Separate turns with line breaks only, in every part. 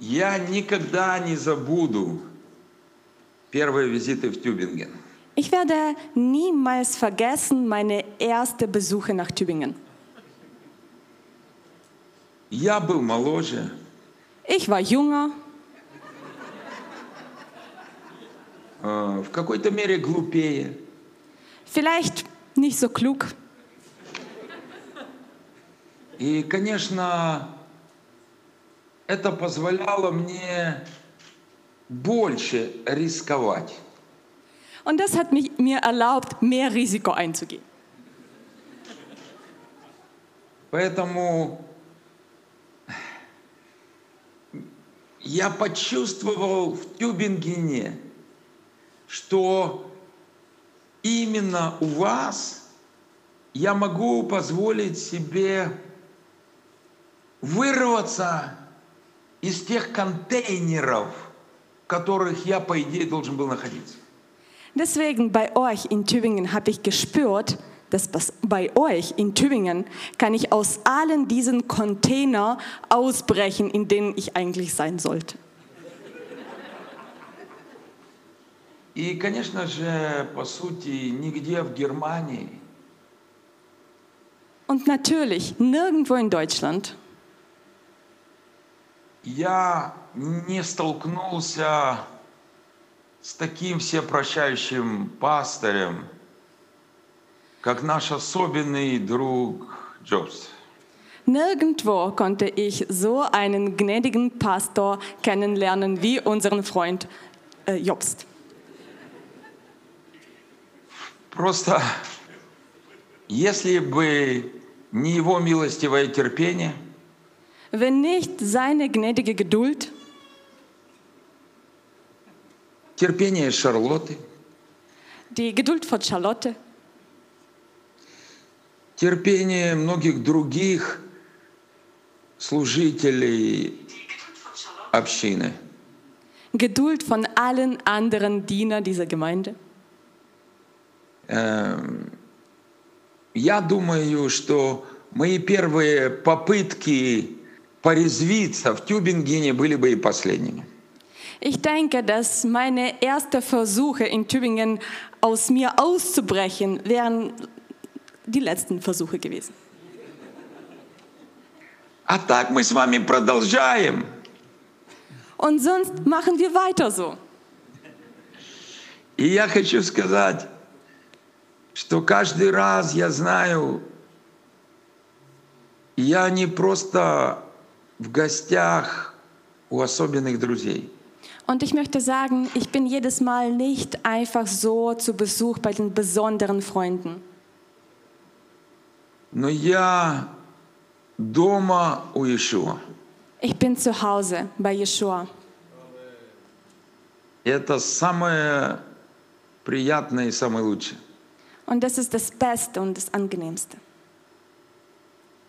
Я никогда не забуду первые визиты в Тюбинген.
Ich werde niemals vergessen meine erste Besuche nach Tübingen.
Я был моложе,
Ich war jünger,
э, в какой-то мере глупее,
vielleicht nicht so klug
И, конечно, это позволяло мне больше рисковать.
und das hat mich, mir erlaubt, mehr Risiko einzugehen.
Поэтому я почувствовал в Тюбингене, что именно у вас я могу позволить себе вырваться из тех контейнеров, в которых я, по идее, должен был находиться.
Deswegen bei euch in Tübingen habe ich gespürt, dass bas- bei euch in Tübingen kann ich aus allen diesen Container ausbrechen, in denen ich eigentlich sein sollte.
И, конечно же, по сути, нигде в Германии
Und natürlich, nirgendwo in Deutschland
я не столкнулся с таким всепрощающим пастырем, как наш особенный друг Джобс.
Nirgendwo konnte ich so einen gnädigen Pastor kennenlernen wie unseren Freund äh, Jobst.
Просто если бы не его милостивое терпение,
Wenn nicht seine gnädige Geduld,
терпение Шарлотты,
die Geduld von Charlotte,
терпение многих других служителей общины –
Geduld von allen anderen Dienern dieser Gemeinde,
Эм, Я думаю, что мои первые попытки порезвиться в Тюбингене были бы и последними.
ich denke, dass meine ersten Versuche in Tübingen aus mir auszubrechen wären die letzten Versuche gewesen.
А так мы с вами продолжаем.
Und sonst machen wir weiter so.
И я хочу сказать, что каждый раз я знаю, я не просто в гостях у особенных друзей.
Und ich möchte sagen, ich bin jedes Mal nicht einfach so zu Besuch bei den besonderen Freunden.
Но я дома у Ишуа.
Ich bin zu Hause bei Jeshua.
Это самое приятное и самое лучшее.
Und das ist das Beste und das Angenehmste.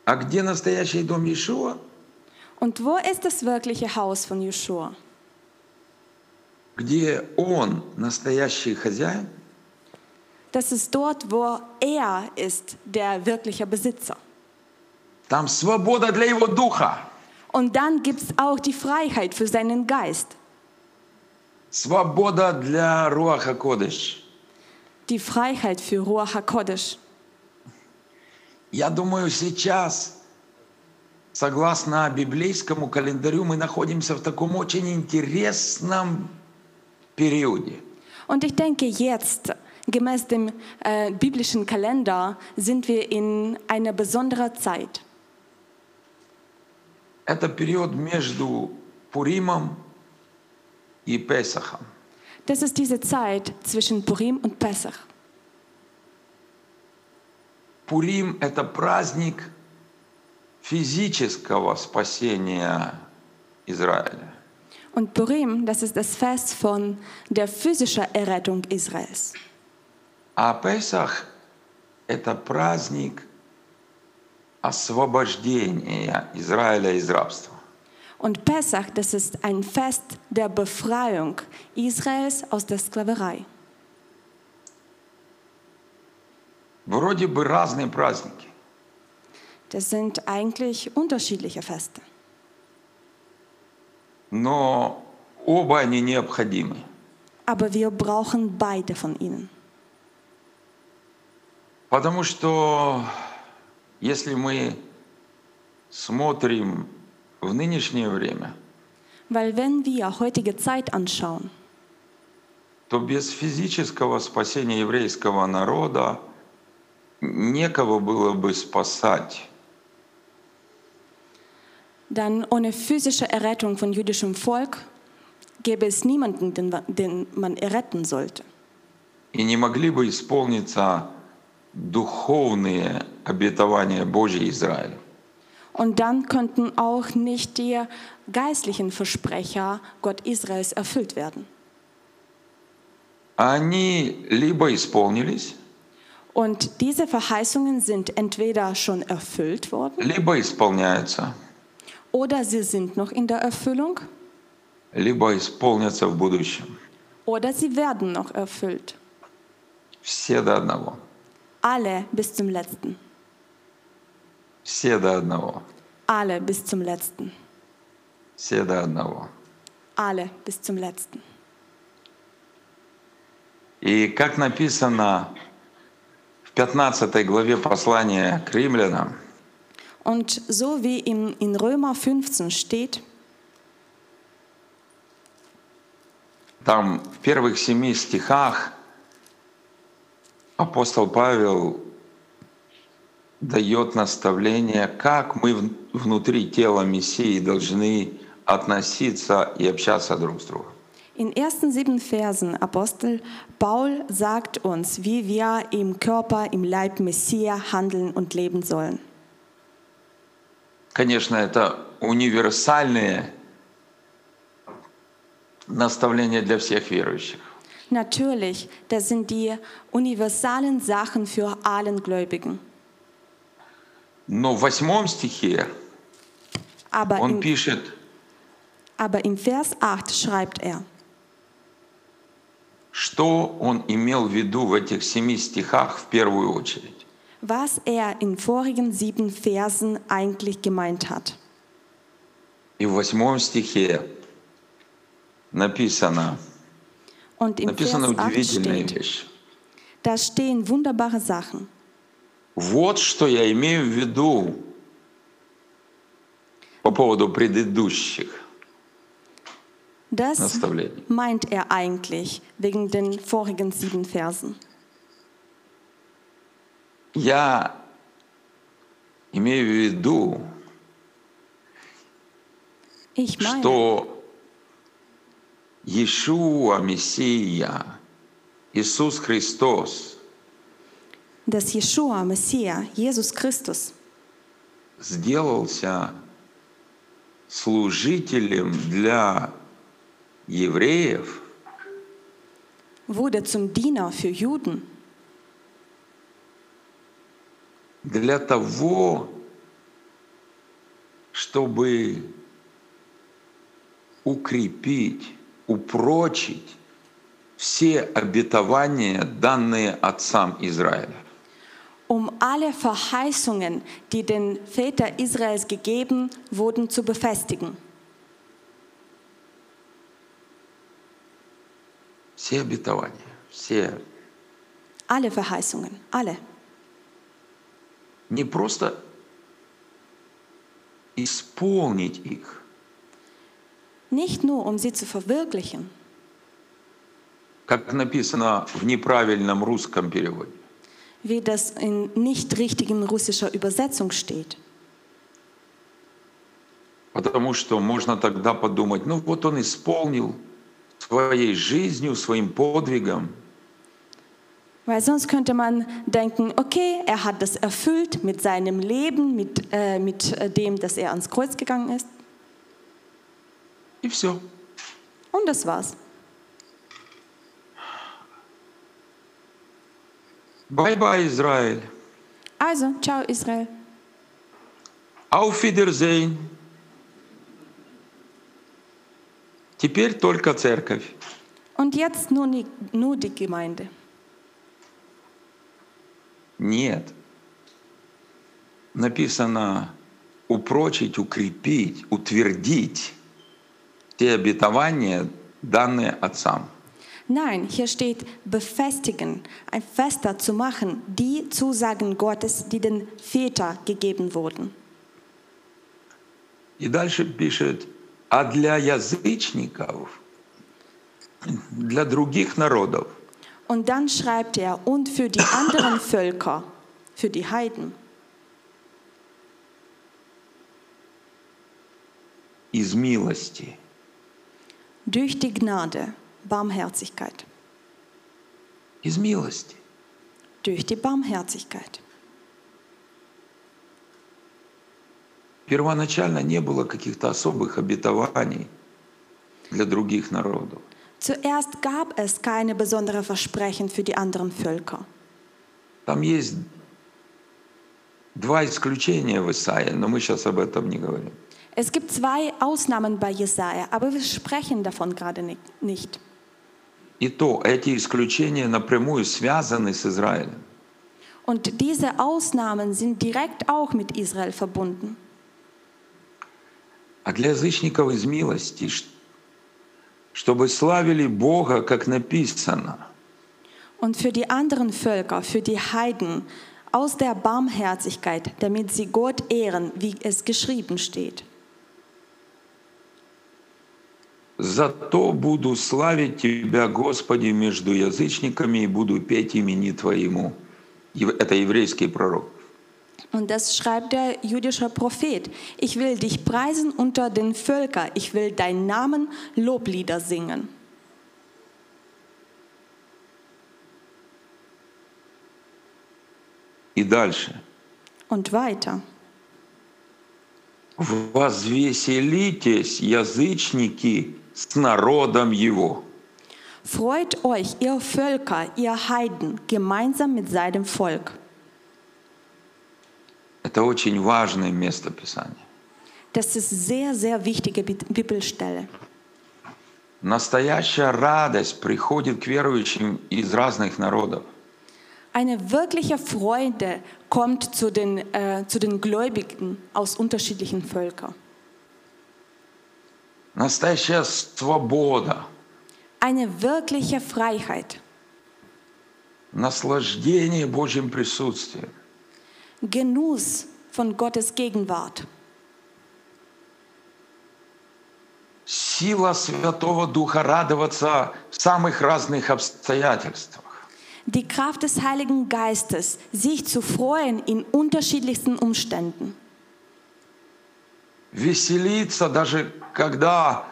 А где настоящий дом Иешуа?
Und wo ist das wirkliche Haus von Jeshua?
Где он настоящий хозяин?
Das ist dort, wo er ist, der wirkliche Besitzer.
Там свобода для его духа,
Und dann gibt es auch die Freiheit für seinen Geist,
свобода для Руаха Кодыш.
die Freiheit für Ruach HaKodesh.
Я думаю, сейчас, согласно библейскому календарю, мы находимся в таком очень интересном периоде.
Und ich denke, jetzt, gemäß dem äh, biblischen Kalender, sind wir in einer besonderen Zeit.
Это период между Пуримом и Песахом.
Das ist diese Zeit zwischen Purim und Pessach.
Пурим – это праздник физического спасения Израиля.
Und Purim, das ist das Fest von der physischen Errettung Israels.
А Песах – это праздник освобождения Израиля из рабства.
Und Pessach, das ist ein Fest der Befreiung Israels aus der Sklaverei.
Вроде бы разные праздники,
Das sind eigentlich unterschiedliche Feste.
но оба они необходимы.
Aber wir brauchen beide von ihnen.
Потому что если мы смотрим в нынешнее время,
Weil wenn wir heutige Zeit anschauen,
то без физического спасения еврейского народа некого было бы спасать.
dann ohne physische Errettung von jüdischem Volk gäbe es niemanden, den, den man erretten sollte.
И не могли бы исполниться духовные обетования Божьи Израилю.
Und dann könnten auch nicht die geistlichen Versprecher Gott Israels erfüllt werden.
А Они либо исполнились,
Und diese Verheißungen sind entweder schon erfüllt worden
либо исполняются,
oder sie sind noch in der Erfüllung
либо исполнятся в будущем.
oder sie werden noch erfüllt.
Все до одного.
Alle bis zum letzten.
Все до одного.
Alle bis zum letzten.
Все до одного.
Alle bis zum letzten.
И как написано в 15 главе послания к римлянам,
Und so wie in, in Römer 15 steht,
там в первых семи стихах апостол Павел дает наставление, как мы в- внутри тела Мессии должны относиться и общаться друг с другом.
in ersten sieben Versen, Apostel Paul sagt uns, wie wir im Körper, im Leib Messia handeln und leben sollen.
Конечно, это универсальные наставления для всех верующих.
Natürlich, das sind die universalen Sachen für allen Gläubigen.
Но в восьмом стихе
Aber,
он
in,
пишет,
aber im Vers 8 schreibt er,
что он имел в виду в этих семи стихах в первую очередь.
was er in vorigen sieben Versen eigentlich gemeint hat.
И в восьмом стихе написано,
Und im Vers
написана
8
удивительная
steht,
вещь.
da stehen wunderbare Sachen.
Вот что я имею в виду по поводу предыдущих
Das
наставлений.
meint er eigentlich wegen den vorigen sieben Versen.
Я имею в виду,
Ich meine,
что Иешуа, Мессия, Иисус Христос
dass Jeshua, Messias, Jesus Christus,
сделался служителем для евреев
wurde zum Diener für Juden,
для того, чтобы укрепить, упрочить все обетования, данные отцам Израиля.
um alle Verheißungen, die den Vätern Israels gegeben wurden, zu befestigen.
Все обетования, все.
Alle Verheißungen, alle.
Не просто исполнить их,
Nicht nur, um sie zu verwirklichen,
как написано в неправильном русском переводе.
wie das in nicht richtigen russischer Übersetzung steht.
Потому что можно тогда подумать, ну вот он исполнил своей жизнью, своим подвигом,
Weil sonst könnte man denken, okay, er hat das erfüllt mit seinem Leben, mit, äh, mit äh, dem, dass er ans Kreuz gegangen ist.
и все.
Und das war's.
Бай-бай, Израиль.
Also, ciao Israel.
Auf Wiedersehen. Теперь только церковь.
Und jetzt nur die, nur die Gemeinde.
Нет. Написано упрочить, укрепить, утвердить те обетования, данные отцам.
Nein, hier steht befestigen, ein fester zu machen, die Zusagen Gottes, die den Väter gegeben wurden.
И дальше пишет, а для язычников, для других народов,
Und dann schreibt er, und für die anderen Völker, für die Heiden,
из милости.
durch die Gnade, Barmherzigkeit,
Из милости.
durch die Barmherzigkeit.
Первоначально не было каких-то особых обетований для других народов.
Zuerst gab es keine besonderen Versprechen für die anderen Völker.
Там есть два исключения в Исаии, но мы сейчас об этом не говорим.
Es gibt zwei Ausnahmen bei Jesaja, aber wir sprechen davon gerade ni- nicht.
И то эти исключения напрямую связаны с Израилем.
Und diese Ausnahmen sind direkt auch mit Israel verbunden.
А для язычников из милости, ш- чтобы славили Бога, как написано.
Und für die anderen Völker, für die Heiden, aus der Barmherzigkeit, damit sie Gott ehren, wie es geschrieben steht.
«Зато буду славить Тебя, Господи, между язычниками и буду петь имени Твоему». Ев- Это еврейский пророк.
Und das schreibt der jüdische Prophet. Ich will dich preisen unter den Völkern, ich will deinen Namen Loblieder singen.
И дальше.
Und weiter.
«Возвеселитесь, язычники, с народом Его».
Freut euch, ihr Völker, ihr Heiden, gemeinsam mit seinem Volk.
Это очень важное место Писания.
Das ist sehr, sehr wichtige Bi- Bibelstelle.
Настоящая радость приходит к верующим из разных народов.
Eine wirkliche Freude kommt zu den, äh, zu den Gläubigen aus unterschiedlichen Völkern.
Настоящая свобода,
Eine wirkliche Freiheit,
наслаждение Божьим присутствием.
Genuss von Gottes Gegenwart,
Сила Святого Духа радоваться в самых разных обстоятельствах.
die Kraft des Heiligen Geistes, sich zu freuen in unterschiedlichsten Umständen,
Веселиться даже когда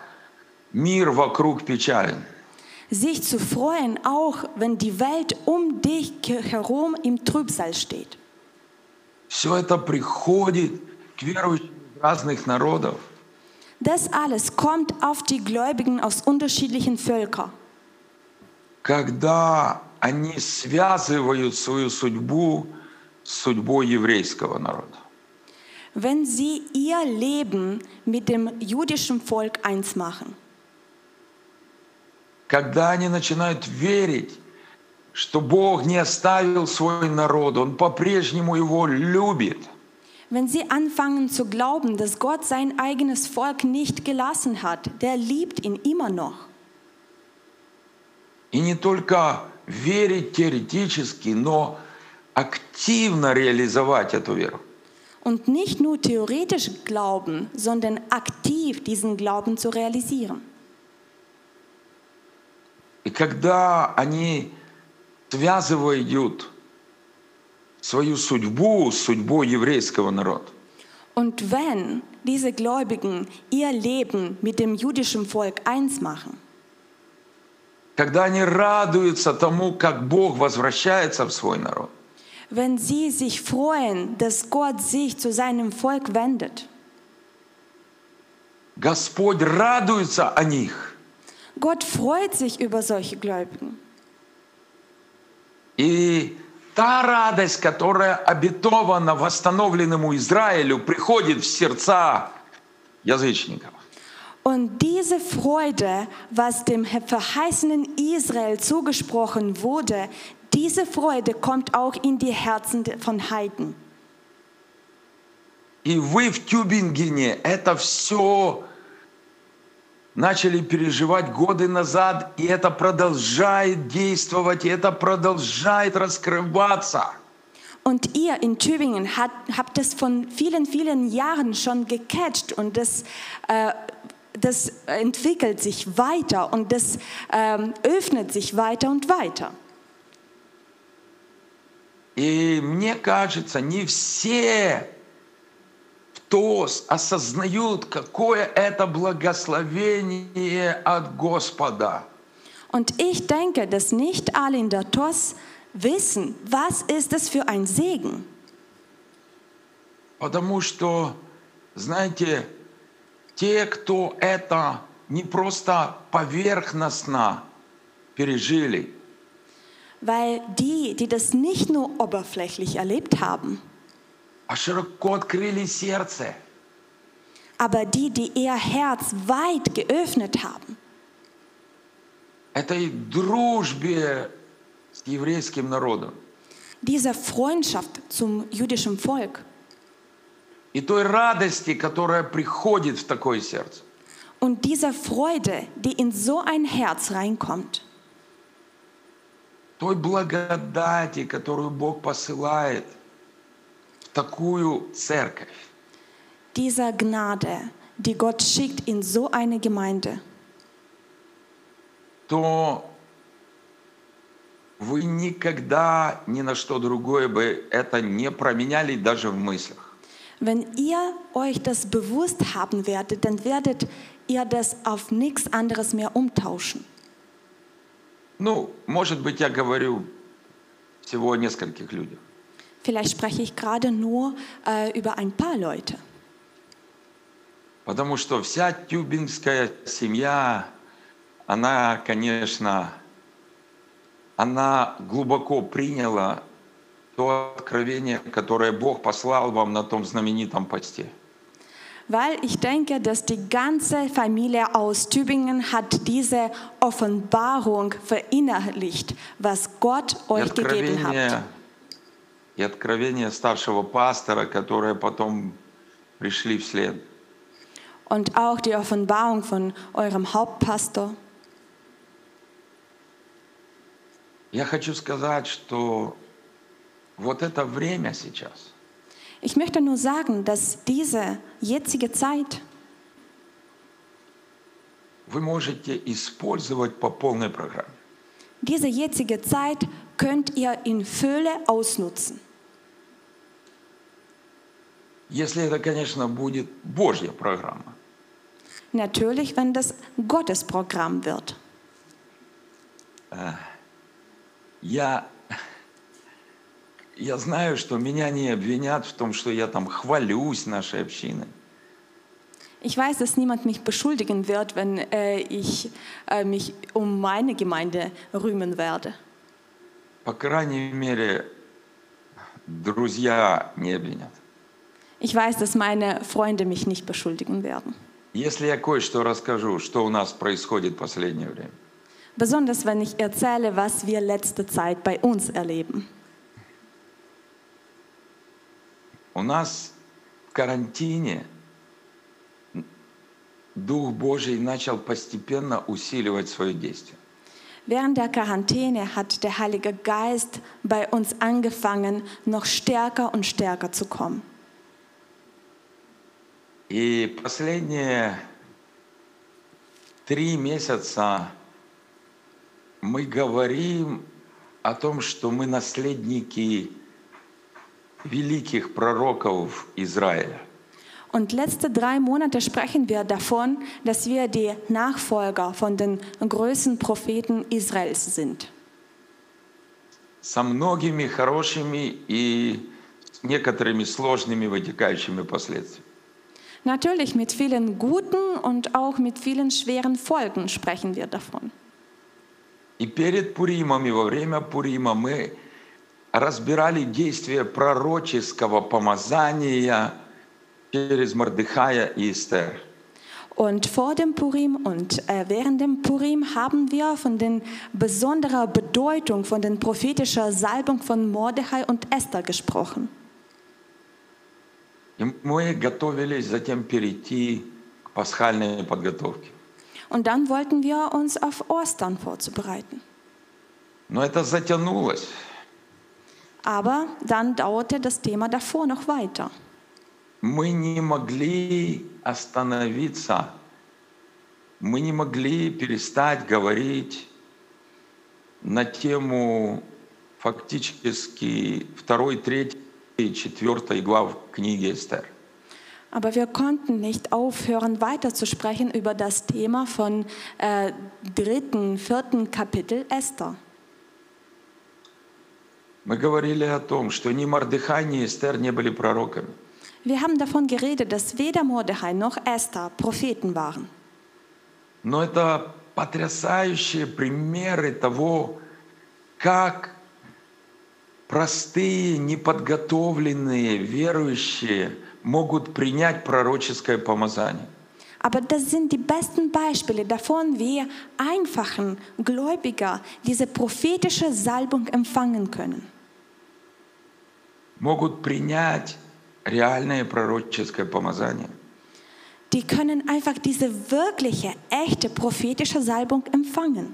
мир вокруг печален.
sich zu freuen, auch wenn die Welt um dich herum im Trübsal steht.
Все это приходит к верующим из разных народов.
Das alles kommt auf die Gläubigen aus unterschiedlichen Völkern.
Когда они связывают свою судьбу с судьбой еврейского народа.
wenn sie ihr Leben mit dem jüdischen Volk eins machen,
Когда они начинают верить, что Бог не оставил свой народ, Он по-прежнему его любит –
wenn sie anfangen zu glauben, dass Gott sein eigenes Volk nicht gelassen hat, der liebt ihn immer noch.
И не только верить теоретически, но активно реализовать эту веру.
Und nicht nur theoretisch glauben, sondern aktiv diesen Glauben zu realisieren.
И когда они связывают свою судьбу с судьбой еврейского народа,
Und wenn diese Gläubigen ihr Leben mit dem jüdischen Volk eins machen,
когда они радуются тому, как Бог возвращается в свой народ,
wenn sie sich freuen, dass Gott sich zu seinem Volk wendet,
Господь радуется о них.
Gott freut sich über solche Gläubigen.
И та радость, которая обетована восстановленному Израилю, приходит в сердца язычников.
Und diese Freude, was dem verheißenen Israel zugesprochen wurde, diese Freude kommt auch in die Herzen von Heiden.
И вы в Тюбингене это все начали переживать годы назад, и это продолжает действовать, и это продолжает раскрываться.
Und ihr in Tübingen hat, habt das von vielen, vielen Jahren schon gecatcht und das, äh, das entwickelt sich weiter und das ähm, öffnet sich weiter und weiter.
И мне кажется, не все, кто с- осознают, какое это благословение от Господа.
Und ich denke, dass nicht alle in der TOS wissen, was ist das für ein Segen.
Потому что, знаете, те, кто это не просто поверхностно пережили,
Weil die, die das nicht nur oberflächlich erlebt haben,
а широко открыли сердце,
aber die, die ihr Herz weit geöffnet haben,
этой дружбе с еврейским народом
dieser Freundschaft zum jüdischen Volk
и той радости, которая приходит в такое сердце.
und dieser Freude, die in so ein Herz reinkommt,
той благодати, которую Бог посылает в такую церковь.
dieser Gnade, die Gott schickt in so eine Gemeinde,
то вы никогда ни на что другое бы это не променяли даже в мыслях.
wenn ihr euch das bewusst haben werdet, dann werdet ihr das auf nichts anderes mehr umtauschen.
Ну, может быть, я говорю всего о нескольких людях.
Vielleicht spreche ich gerade nur äh, über ein paar Leute.
Потому что вся тюбинская семья, она, конечно, она глубоко приняла то откровение, которое Бог послал вам на том знаменитом посте.
Weil ich denke, dass die ganze Familie aus Tübingen hat diese Offenbarung verinnerlicht, was Gott
И
euch gegeben
откровение,
hat.
и откровение старшего пастора, которые потом пришли вслед.
Und auch die Offenbarung von eurem Hauptpastor.
Я хочу сказать, что вот это время сейчас,
Ich möchte nur sagen, dass diese jetzige Zeit,
вы можете использовать по полной программе.
diese jetzige Zeit könnt ihr in Fülle ausnutzen.
Если это, конечно, будет Божья программа.
Natürlich, wenn das Gottes Programm wird.
Я, я знаю, что меня не обвинят в том, что я там хвалюсь нашей общиной.
Ich weiß, dass niemand mich beschuldigen wird, wenn äh, ich äh, mich um meine Gemeinde rühmen werde.
По крайней мере, друзья не обвинят.
Ich weiß, dass meine Freunde mich nicht beschuldigen werden.
Если я кое-что расскажу, что у нас происходит в последнее время,
Besonders wenn ich erzähle, was wir letzte Zeit bei uns erleben.
у нас в карантине Дух Божий начал постепенно усиливать свое действие.
Während der Quarantäne hat der Heilige Geist bei uns angefangen, noch stärker und stärker zu kommen.
И последние три месяца мы говорим о том, что мы наследники великих пророков Израиля.
Und letzte drei Monate sprechen wir davon, dass wir die Nachfolger von den größten Propheten Israels sind.
Со многими хорошими и с некоторыми сложными вытекающими последствиями.
Natürlich mit vielen guten und auch mit vielen schweren Folgen sprechen wir davon.
И перед Пуримом, и во время Пурима мы разбирали действие пророческого помазания через Мордыхая и Эстер.
Und vor dem Purim und äh, während dem Purim haben wir von den besonderer Bedeutung, von den prophetischer Salbung von Mordechai und Esther gesprochen.
И мы готовились затем перейти к пасхальной подготовке.
Und dann wollten wir uns auf Ostern vorzubereiten.
Но это затянулось.
Aber dann dauerte das Thema davor noch weiter.
Мы не могли остановиться. Мы не могли перестать говорить на тему фактически второй, третьей и четвертой глав книги Эстер.
Aber wir konnten nicht aufhören, weiterzusprechen über das Thema von äh, dritten, vierten Kapitel Esther.
Мы говорили о том, что ни Мордыхай, ни Эстер не были пророками.
Wir haben davon geredet, dass weder Mordechai noch Esther Propheten waren.
Но это потрясающие примеры того, как простые, неподготовленные верующие могут принять пророческое помазание.
Aber das sind die besten Beispiele davon, wie einfachen Gläubiger diese prophetische Salbung empfangen können.
Могут принять реальное пророческое помазание.
Die können einfach diese wirkliche, echte prophetische Salbung empfangen.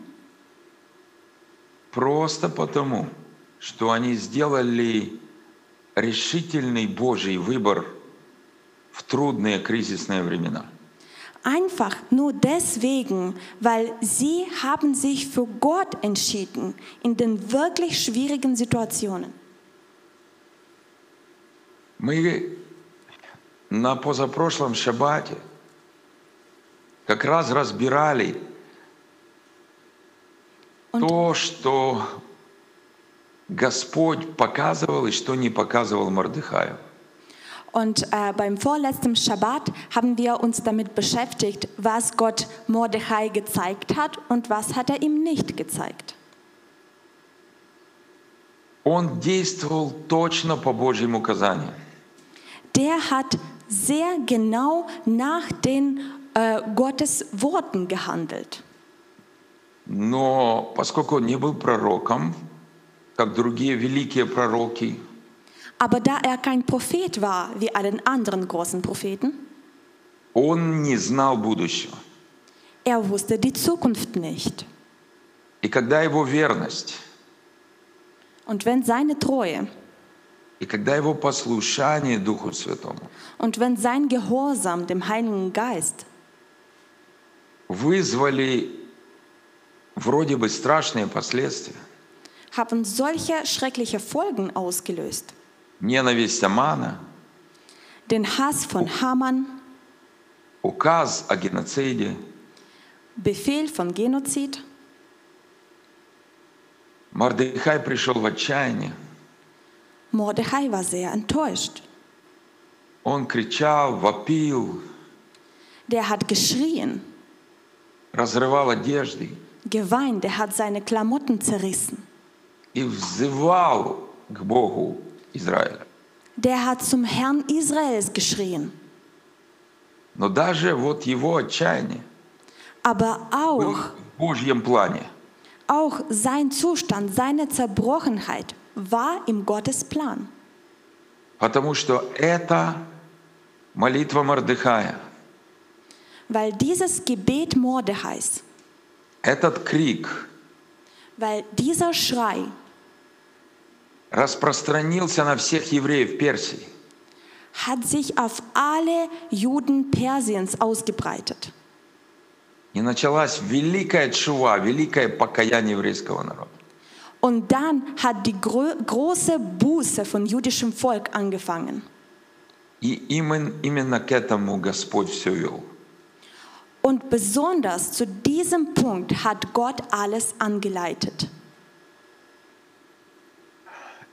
Просто потому, что они сделали решительный Божий выбор в трудные кризисные времена.
Einfach nur deswegen, weil sie haben sich für Gott entschieden in den wirklich schwierigen Situationen.
Мы на позапрошлом шабате как раз разбирали
Он-
то, что Господь показывал и что не показывал Мордыхаю.
Und äh, beim vorletzten Schabbat haben wir uns damit beschäftigt, was Gott Mordechai gezeigt hat und was hat er ihm nicht gezeigt.
Он действовал точно по Божьим указаниям.
Der hat sehr genau nach den äh, Gottes Worten gehandelt.
Но поскольку он не был пророком, как другие великие пророки,
Aber da er kein Prophet war wie allen anderen großen Propheten,
он не знал будущего.
er wusste die Zukunft nicht.
И когда его верность,
Und wenn seine Treue
и когда его послушание Духу Святому
und wenn sein Gehorsam dem Heiligen Geist
вызвали вроде бы страшные последствия,
haben solche schreckliche Folgen ausgelöst.
ненависть Амана,
Den Hass von Haman,
указ о геноциде,
Befehl von Genozid.
Мардыхай пришел в отчаяние.
Mordechai war sehr enttäuscht.
Он кричал, вопил,
Der hat geschrien,
разрывал одежды
geweint, der hat seine Klamotten zerrissen.
и взывал к Богу Израиля.
Der hat zum Herrn Israels geschrien.
Но даже вот его отчаяние
Aber
было
auch,
в Божьем плане.
auch sein Zustand, seine Zerbrochenheit war im Gottes Plan.
Потому что это молитва Мордыхая,
Weil dieses Gebet Mordechais,
этот крик
weil dieser Schrei
распространился на всех евреев Персии.
hat sich auf alle Juden Persiens ausgebreitet.
И началась великая чува, великое покаяние еврейского народа.
Und dann hat die grö- große Buße von jüdischem Volk angefangen.
И имен- именно к этому Господь все вел.
Und besonders zu diesem Punkt hat Gott alles angeleitet.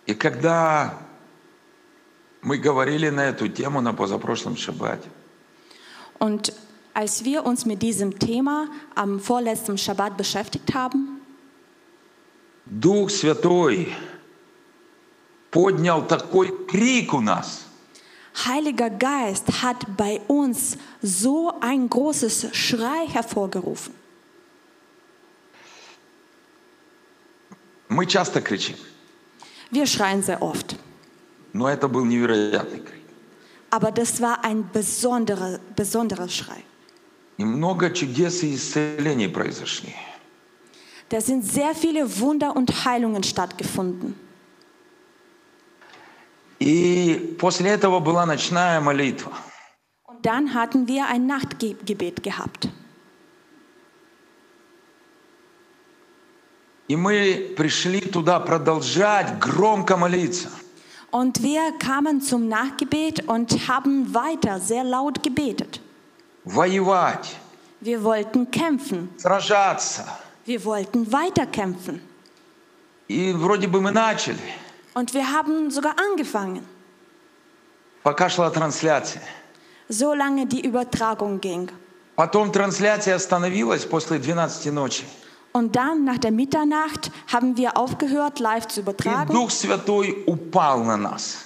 И когда мы говорили на эту tему на позапрошлом шаббате,
Und als wir uns mit diesem Thema am vorletzten Schabbat beschäftigt haben,
Дух Святой поднял такой крик у нас,
Heiliger Geist hat bei uns so ein großes Schrei hervorgerufen.
мы часто кричим,
Wir schreien sehr oft,
но это был невероятный крик.
aber das war ein besonderer, besonderer Schrei.
И много чудес и исцелений произошли.
Da sind sehr viele Wunder und Heilungen stattgefunden.
И после этого была ночная молитва.
Und dann hatten wir ein Nachtgebet gehabt.
И мы пришли туда продолжать громко молиться.
Und wir kamen zum Nachtgebet und haben weiter sehr laut gebetet.
воевать,
Wir wollten kämpfen.
сражаться.
Wir wollten weiter kämpfen.
И вроде бы мы начали,
Und wir haben sogar angefangen,
пока шла трансляция.
solange die Übertragung ging.
Потом трансляция остановилась после 12 ночи.
Und dann nach der Mitternacht haben wir aufgehört, live zu
И
übertragen.
Дух Святой упал на нас.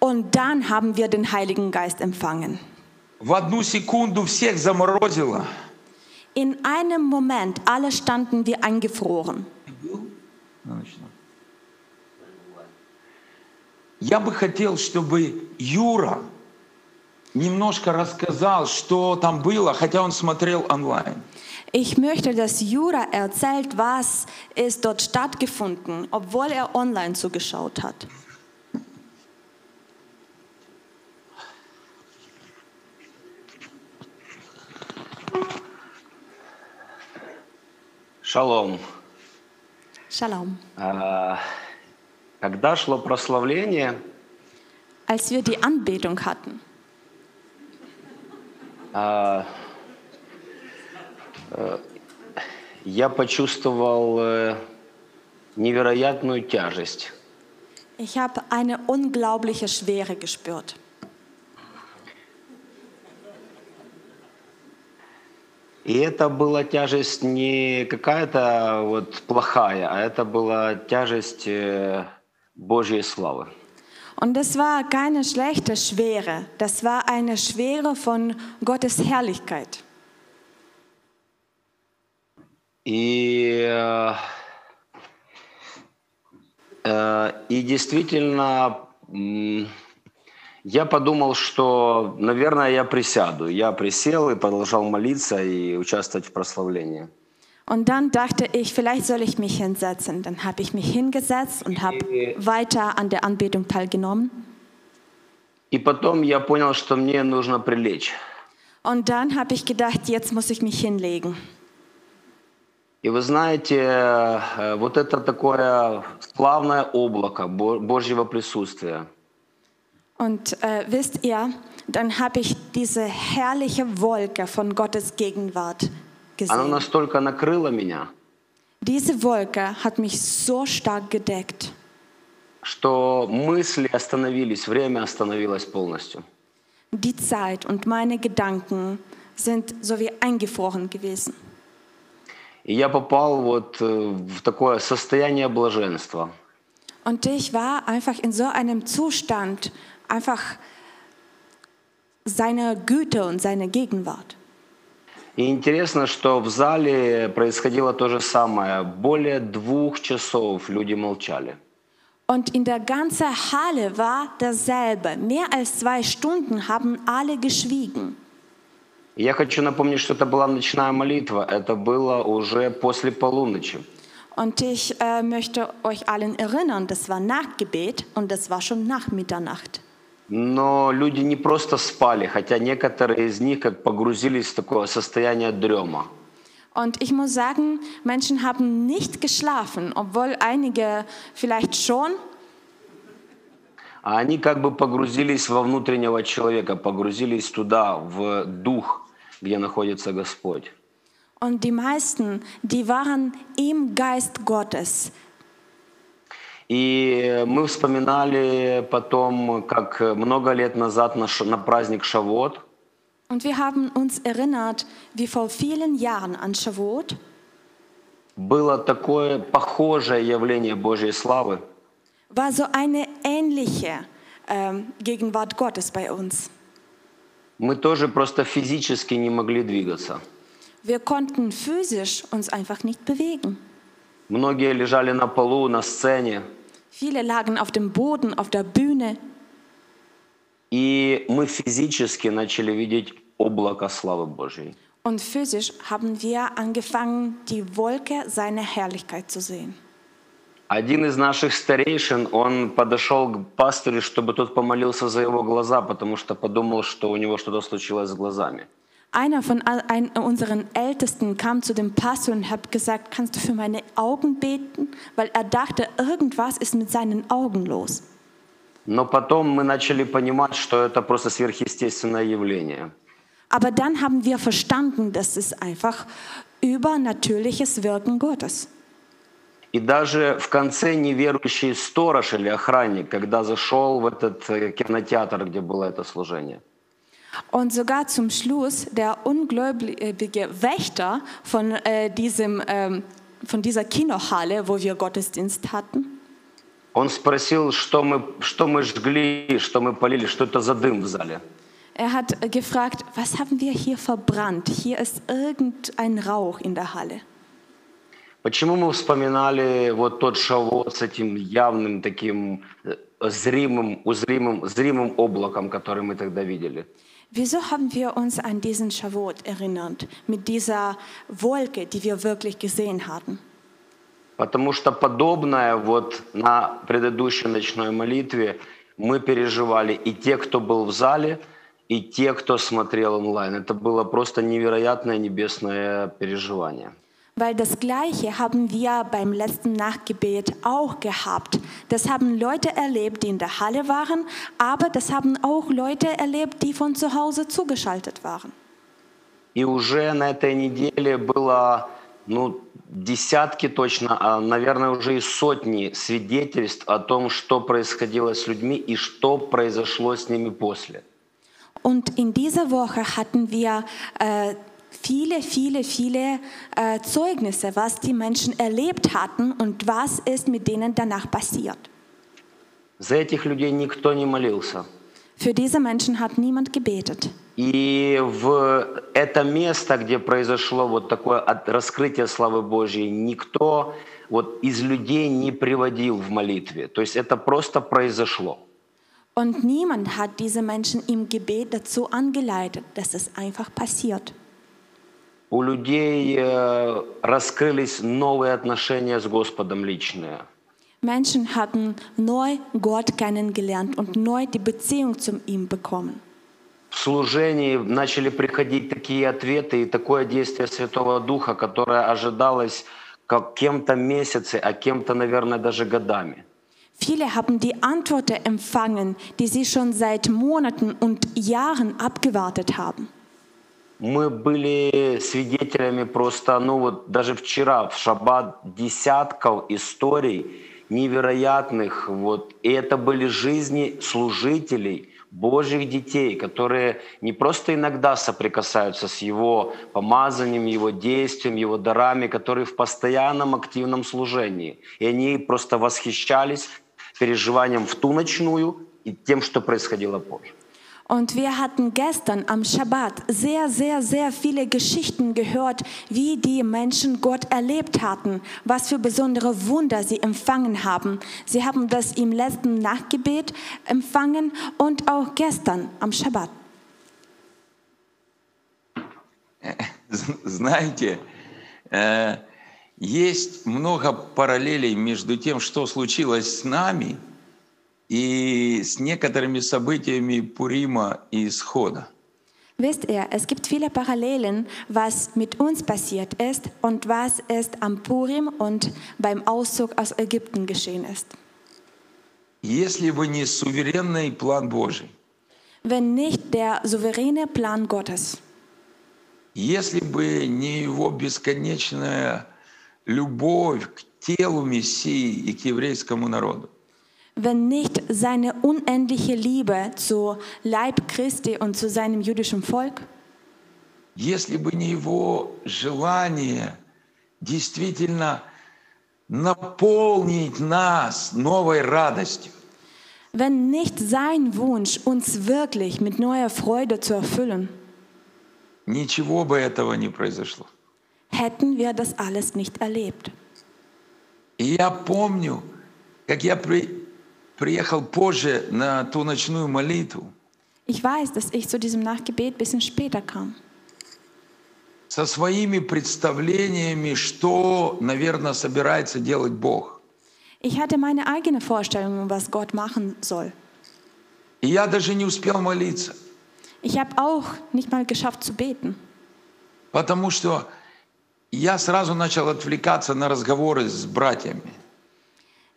Und dann haben wir den Heiligen Geist empfangen.
В одну секунду всех заморозило.
In einem Moment, alle standen wir eingefroren.
Я бы хотел, чтобы Юра немножко рассказал, что там было, хотя он смотрел онлайн.
Ich möchte, dass Jura erzählt, was ist dort stattgefunden, obwohl er online zugeschaut hat.
Шалом.
Shalom.
А, Когда шло прославление,
Als wir die Anbetung hatten,
я почувствовал э, невероятную тяжесть.
ich habe eine unglaubliche Schwere gespürt.
И это была тяжесть не какая-то вот плохая, а это была тяжесть э, Божьей славы.
Und das war keine schlechte Schwere, das war eine Schwere von Gottes Herrlichkeit.
И, э, э, и действительно, м, я подумал, что, наверное, я присяду. Я присел и продолжал молиться и участвовать в прославлении.
Und dann dachte ich, vielleicht soll ich mich hinsetzen. Dann habe ich mich hingesetzt und habe weiter an der Anbetung teilgenommen.
И потом я понял, что мне нужно прилечь.
Und dann habe ich gedacht, jetzt muss ich mich hinlegen.
И вы знаете, э, вот это такое славное облако Бо- Божьего присутствия.
Und äh, wisst ihr, dann habe ich diese herrliche Wolke von Gottes Gegenwart
Оно
gesehen.
настолько накрыло меня,
Diese Wolke hat mich so stark gedeckt,
что мысли остановились, время остановилось полностью.
die Zeit und meine Gedanken sind so wie eingefroren gewesen.
И я попал вот э, в такое состояние блаженства.
Und ich war einfach in so einem Zustand, einfach seiner Güte und seiner Gegenwart.
И интересно, что в зале происходило то же самое. Более двух часов люди молчали.
Und in der ganzen Halle war dasselbe. Mehr als zwei Stunden haben alle geschwiegen.
И Я хочу напомнить, что это была ночная молитва. Это было уже после полуночи.
Und ich äh, möchte euch allen erinnern, das war Nachtgebet und das war schon nach Mitternacht.
Но люди не просто спали, хотя некоторые из них как погрузились в такое состояние дрема.
Und ich muss sagen, Menschen haben nicht geschlafen, obwohl einige vielleicht schon,
А они как бы погрузились во внутреннего человека, погрузились туда, в дух, где находится Господь.
und die meisten, die waren im Geist Gottes.
И мы вспоминали потом, как много лет назад на, Ш- на праздник Шавот
Und wir haben uns erinnert, wie vor vielen Jahren an Shavuot
было такое похожее явление Божьей славы.
war so eine ähnliche ähm, Gegenwart Gottes bei uns.
Мы тоже просто физически не могли двигаться.
Wir konnten physisch uns einfach nicht bewegen.
Многие лежали на полу, на сцене.
Viele lagen auf dem Boden, auf der Bühne.
И мы физически начали видеть облако славы Божьей.
Und physisch haben wir angefangen, die Wolke seiner Herrlichkeit zu sehen.
Один из наших старейшин, он подошел к пастырю, чтобы тот помолился за его глаза, потому что подумал, что у него что-то случилось с глазами.
Einer von all- ein, unseren Ältesten kam zu dem Pastor und hat gesagt, kannst du für meine Augen beten? Weil er dachte, irgendwas ist mit seinen Augen los.
Но потом мы начали понимать, что это просто сверхъестественное явление.
Aber dann haben wir verstanden, das ist einfach übernatürliches Wirken Gottes.
И даже в конце неверующий сторож или охранник, когда зашел в этот э, кинотеатр, где было это служение,
Und sogar zum Schluss der ungläubige Wächter von, äh, diesem, ähm, von dieser Kinohalle, wo wir Gottesdienst hatten,
он спросил, что мы, что мы жгли, что мы полили, что это за дым в зале.
er hat äh, gefragt, was haben wir hier verbrannt? Hier ist irgendein Rauch in der Halle.
Почему мы вспоминали вот тот шавот с этим явным таким э, зримым, узримым, зримым облаком, который мы тогда видели?
Wieso haben wir uns an diesen Schavot erinnert, mit dieser Wolke, die wir wirklich gesehen hatten?
Потому что подобное вот на предыдущей ночной молитве мы переживали и те, кто был в зале, и те, кто смотрел онлайн. Это было просто невероятное небесное переживание.
Weil das Gleiche haben wir beim letzten Nachtgebet auch gehabt. Das haben Leute erlebt, die in der Halle waren, aber das haben auch Leute erlebt, die von zu Hause zugeschaltet waren.
И уже на этой неделе было ну, десятки точно, а, наверное, уже и сотни свидетельств о том, что происходило с людьми и что произошло с ними после.
Und in dieser Woche hatten wir äh, viele, viele, viele äh, Zeugnisse, was die Menschen erlebt hatten und was ist mit denen danach passiert.
За этих людей никто не молился.
Für diese Menschen hat niemand gebetet.
И в это место, где произошло вот такое от- раскрытие славы Божьей, никто вот из людей не приводил в молитве. То есть это просто произошло.
Und niemand hat diese Menschen im Gebet dazu angeleitet, dass es einfach passiert.
У людей э, раскрылись новые отношения с Господом личные.
Menschen hatten neu Gott kennengelernt und neu die Beziehung zu ihm bekommen.
В служении начали приходить такие ответы и такое действие Святого Духа, которое ожидалось как кем-то месяцы, а кем-то, наверное, даже годами.
Viele haben die Antworten empfangen, die sie schon seit Monaten und Jahren abgewartet haben.
Мы были свидетелями просто, ну вот даже вчера в шаббат десятков историй невероятных, вот, и это были жизни служителей, Божьих детей, которые не просто иногда соприкасаются с Его помазанием, Его действием, Его дарами, которые в постоянном активном служении. И они просто восхищались переживанием в ту ночную и тем, что происходило позже.
Und wir hatten gestern am Schabbat sehr, sehr, sehr viele Geschichten gehört, wie die Menschen Gott erlebt hatten, was für besondere Wunder sie empfangen haben. Sie haben das im letzten Nachtgebet empfangen und auch gestern am Schabbat.
З- Знаете, э, есть много параллелей между тем, что случилось с нами, и с некоторыми событиями Пурима и Исхода.
Wisst ihr, es gibt viele Parallelen, was mit uns passiert ist und was ist am Purim und beim Auszug aus Ägypten geschehen ist.
Если бы не суверенный план Божий,
Wenn nicht der souveräne Plan Gottes.
если бы не его бесконечная любовь к телу Мессии и к еврейскому народу,
wenn nicht seine unendliche Liebe zu Leib Christi und zu seinem jüdischen Volk,
если бы не его желание действительно наполнить нас новой радостью,
wenn nicht sein Wunsch, uns wirklich mit neuer Freude zu erfüllen,
ничего бы этого не произошло.
hätten wir das alles nicht erlebt.
И я помню, как я при- приехал позже на ту ночную молитву,
Ich weiß, dass ich zu diesem Nachgebet ein bisschen später kam.
со своими представлениями, что, наверное, собирается делать Бог.
Ich hatte meine eigene Vorstellung, was Gott machen soll.
И я даже не успел молиться,
Ich habe auch nicht mal geschafft zu beten,
потому что я сразу начал отвлекаться на разговоры с братьями.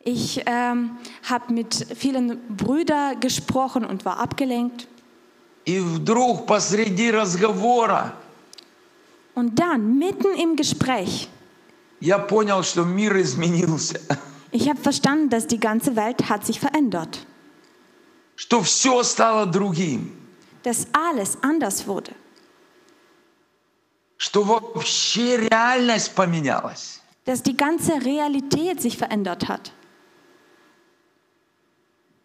Ich ähm, habe mit vielen Brüdern gesprochen und war abgelenkt.
И вдруг посреди разговора
Und dann, mitten im Gespräch,
я понял, что мир изменился,
ich habe verstanden, dass die ganze Welt hat sich verändert.
что все стало другим,
Dass alles anders wurde.
что вообще реальность поменялась.
Dass die ganze Realität sich verändert hat.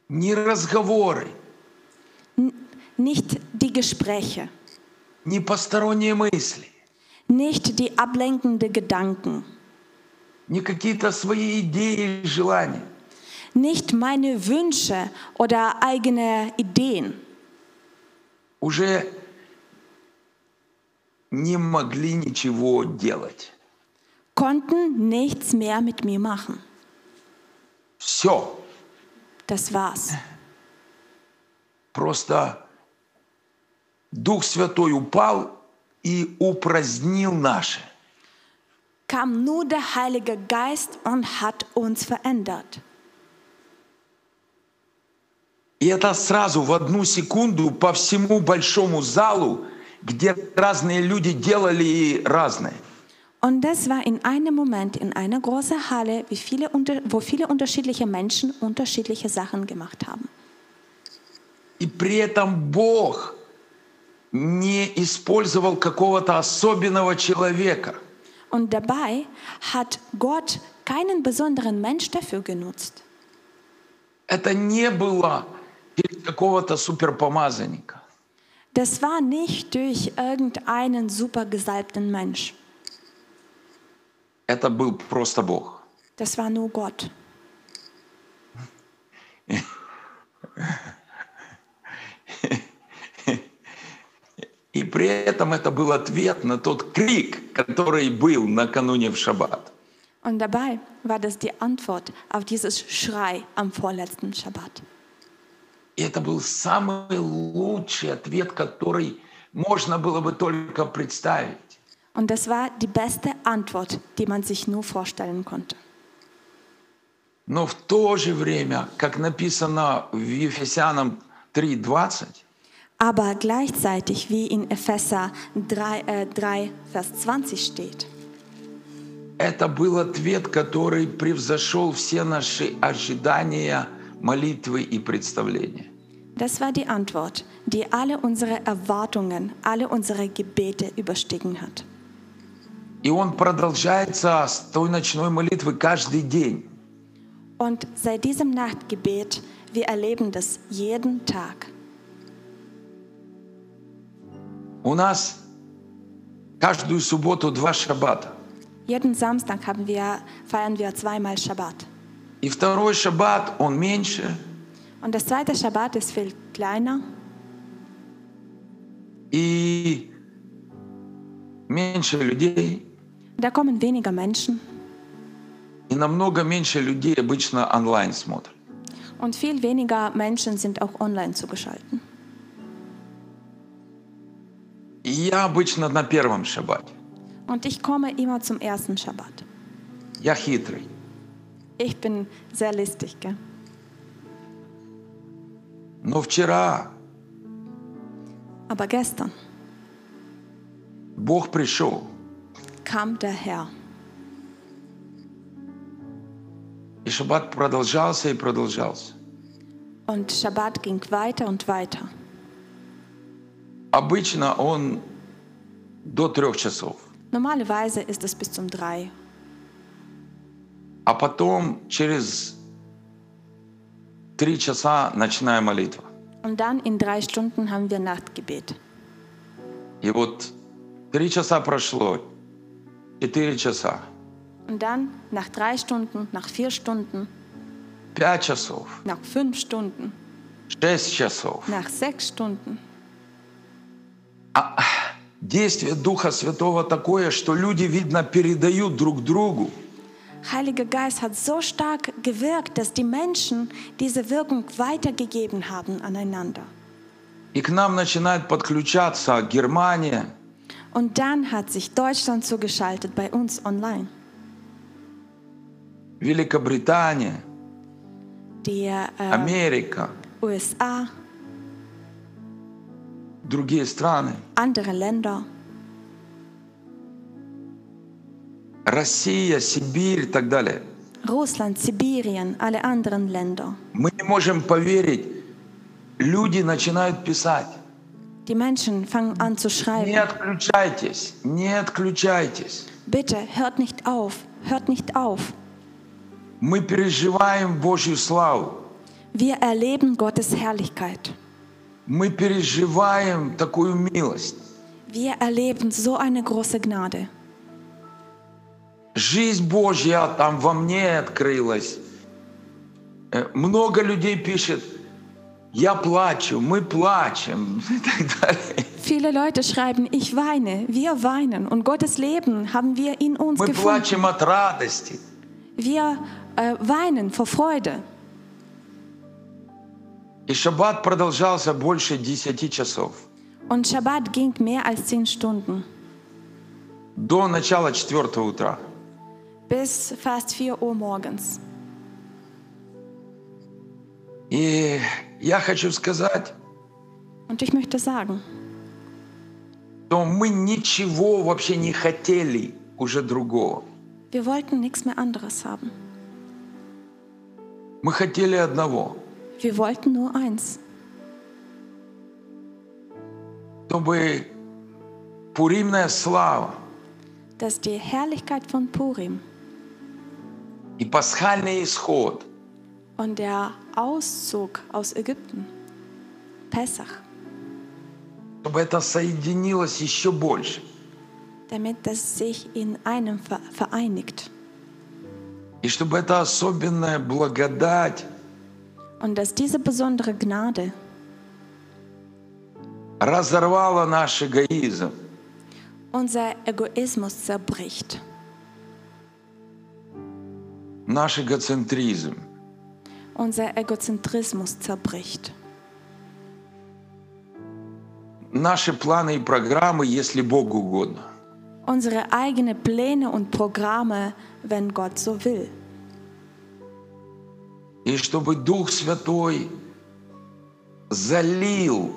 Не разговоры,
Nicht die Gespräche,
не посторонние мысли,
nicht die ablenkenden Gedanken,
не какие-то свои идеи и желания.
nicht meine Wünsche oder eigene Ideen.
Уже не могли ничего делать.
konnten nichts mehr mit mir machen.
Все.
Das war's.
Просто Дух Святой упал и упразднил наши.
Kam nur der Heilige Geist und hat uns verändert.
И это сразу в одну секунду по всему большому залу, где разные люди делали и разные.
Und das war in einem Moment in einer großen Halle, wie viele unter, wo viele unterschiedliche Menschen unterschiedliche Sachen gemacht haben.
И при этом Бог не использовал какого-то особенного человека.
Und dabei hat Gott keinen besonderen Mensch dafür genutzt.
Это не было через какого-то суперпомазанника.
Das war nicht durch irgendeinen supergesalbten Mensch.
Это был просто Бог.
Das war nur Gott.
И при этом это был ответ на тот крик, который был накануне в шаббат.
Und dabei war das die Antwort auf dieses Schrei am vorletzten Schabbat.
И это был самый лучший ответ, который можно было бы только представить.
Und das war die beste Antwort, die man sich nur vorstellen konnte.
Но в то же время, как написано в Ефесянам 3.20,
Aber gleichzeitig, wie in Epheser 3, äh, 3 Vers 20 steht,
это был ответ, который превзошел все наши ожидания, молитвы и представления.
das war die Antwort, die alle unsere Erwartungen, alle unsere Gebete überstiegen hat.
И он продолжается с той ночной молитвы каждый день.
Und seit diesem Nachtgebet, wir erleben das jeden Tag.
У нас каждую субботу два шаббата.
Jeden Samstag haben wir, feiern wir zweimal Schabbat.
И второй шаббат, он меньше.
Und das zweite Schabbat ist viel kleiner.
И меньше людей.
Da kommen weniger Menschen
И намного меньше людей обычно онлайн смотрят.
und viel weniger Menschen sind auch online zugeschaltet.
И я обычно на первом шаббате.
Und ich komme immer zum ersten Schabbat.
Я хитрый.
Ich bin sehr listig. Gell?
Но вчера
Aber gestern
Бог пришел.
kam der Herr.
И шаббат продолжался и продолжался.
Und Schabbat ging weiter und weiter.
Обычно он до трех часов.
Normalerweise ist es bis zum 3.
А потом через три часа ночная молитва.
Und dann in drei Stunden haben wir Nachtgebet.
И вот три часа прошло, четыре часа,
Und dann nach drei Stunden, nach vier Stunden,
пять часов,
nach fünf Stunden,
шесть часов.
nach sechs Stunden.
действие Духа Святого такое, что люди, видно, передают друг другу.
Heiliger Geist hat so stark gewirkt, dass die Menschen diese Wirkung weitergegeben haben aneinander.
И к нам начинает подключаться Германия,
Und dann hat sich Deutschland zugeschaltet bei uns online.
Великобритания,
Die äh,
Америка,
USA,
другие страны.
andere Länder,
Россия, Сибирь и так далее.
Russland, Sibirien, alle anderen Länder.
Мы не можем поверить. Люди начинают писать.
Die Menschen fangen an zu
Не
schreiben.
отключайтесь, не отключайтесь.
Bitte hört nicht auf, hört nicht auf.
Мы переживаем Божью славу.
Wir erleben Gottes Herrlichkeit.
Мы переживаем такую милость.
Wir erleben so eine große Gnade.
Жизнь Божья там во мне открылась. Э, Много людей пишет, я плачу, мы плачем и так далее.
Viele Leute schreiben, ich weine, wir weinen und Gottes Leben haben wir in uns
Мы
gefunden.
плачем от радости.
Wir äh, weinen vor Freude.
И шаббат продолжался больше 10 часов.
Und Schabbat ging mehr als zehn Stunden
До начала 4 утра.
bis fast 4 Uhr morgens.
И я хочу сказать,
Und ich möchte sagen,
что мы ничего вообще не хотели уже другого.
wir wollten nichts mehr anderes haben.
Мы хотели одного,
Wir wollten nur eins,
чтобы пуримная слава
dass die Herrlichkeit von Purim
и пасхальный исход
und der Auszug aus Ägypten, Pessach,
чтобы это соединилось еще больше.
damit das sich in einem ver- vereinigt
И чтобы эта особенная благодать
und dass diese besondere Gnade
разорвала наш эгоизм,
unser Egoismus zerbricht,
наш эгоцентризм.
unser Egozentrismus zerbricht,
Наши планы и программы, если Богу угодно.
unsere eigenen Pläne und Programme, wenn Gott so will.
И чтобы Дух Святой залил,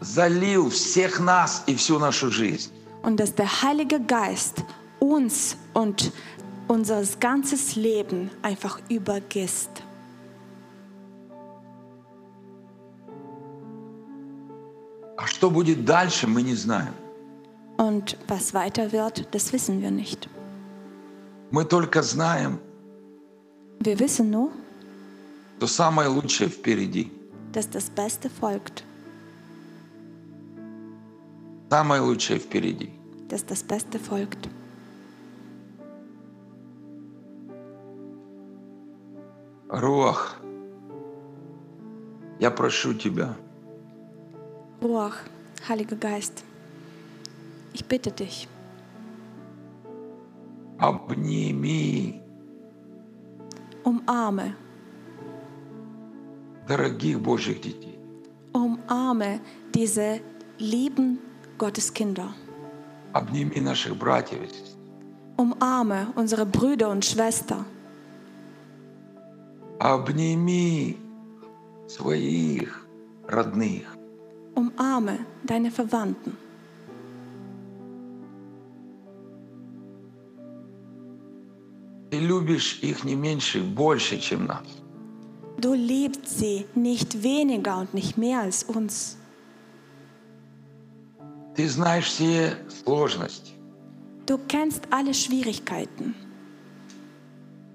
залил всех нас и всю нашу жизнь.
Und dass der Heilige Geist uns und unser ganzes Leben einfach übergisst.
А что будет дальше, мы не знаем.
Und was weiter wird, das wissen wir nicht.
Мы только знаем,
Wir wissen nur,
что самое лучшее впереди.
dass das Beste folgt,
Самое лучшее впереди.
dass das Beste folgt.
Руах, я прошу тебя,
Ruach, Heiliger Geist, ich bitte dich,
обними
umarme,
дорогих Божьих детей.
umarme diese lieben Gotteskinder.
Обними наших братьев. и сестер.
Umarme unsere Brüder und Schwestern.
Обними своих родных.
Umarme deine Verwandten.
Ты любишь их не меньше, больше, чем нас.
Du liebst sie nicht weniger und nicht mehr als uns.
Ты знаешь все сложности,
Du kennst alle Schwierigkeiten,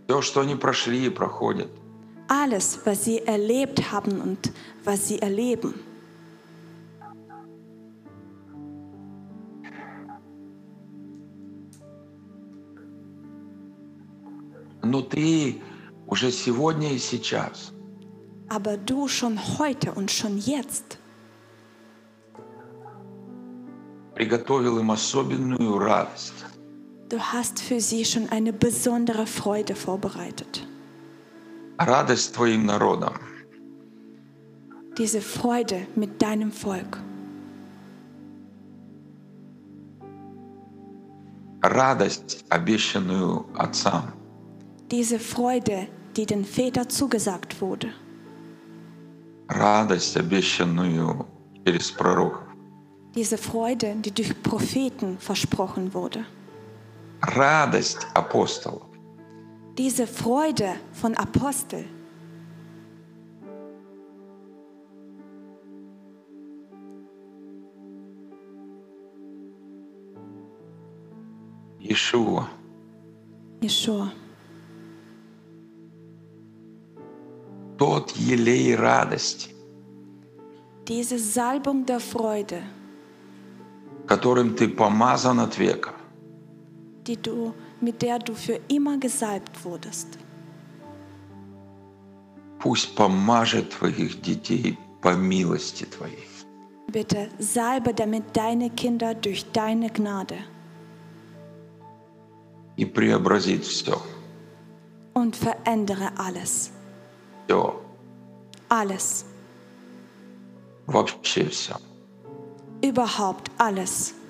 все, что они прошли и проходят.
alles, was sie erlebt haben und was sie erleben.
Но ты уже сегодня и сейчас
Aber du schon heute und schon jetzt
приготовил им особенную радость.
Du hast für sie schon eine besondere Freude vorbereitet.
Радость твоим народом.
Diese Freude mit deinem Volk.
Радость, обещанную отцам.
Diese Freude, die den Vätern zugesagt wurde.
Радость, обещанную через пророков.
Diese Freude, die durch Propheten versprochen wurde.
Радость апостолов.
Diese Freude von Apostel.
Иешуа.
Yeshua.
Тот елей радости,
Diese Salbung der Freude,
которым ты помазан от века.
die du, mit der du für immer gesalbt wurdest.
Пусть помажет твоих детей по милости твоей.
Bitte salbe damit deine Kinder durch deine Gnade
и преобразит все.
und verändere alles.
Все.
Alles.
Вообще все.
Überhaupt alles.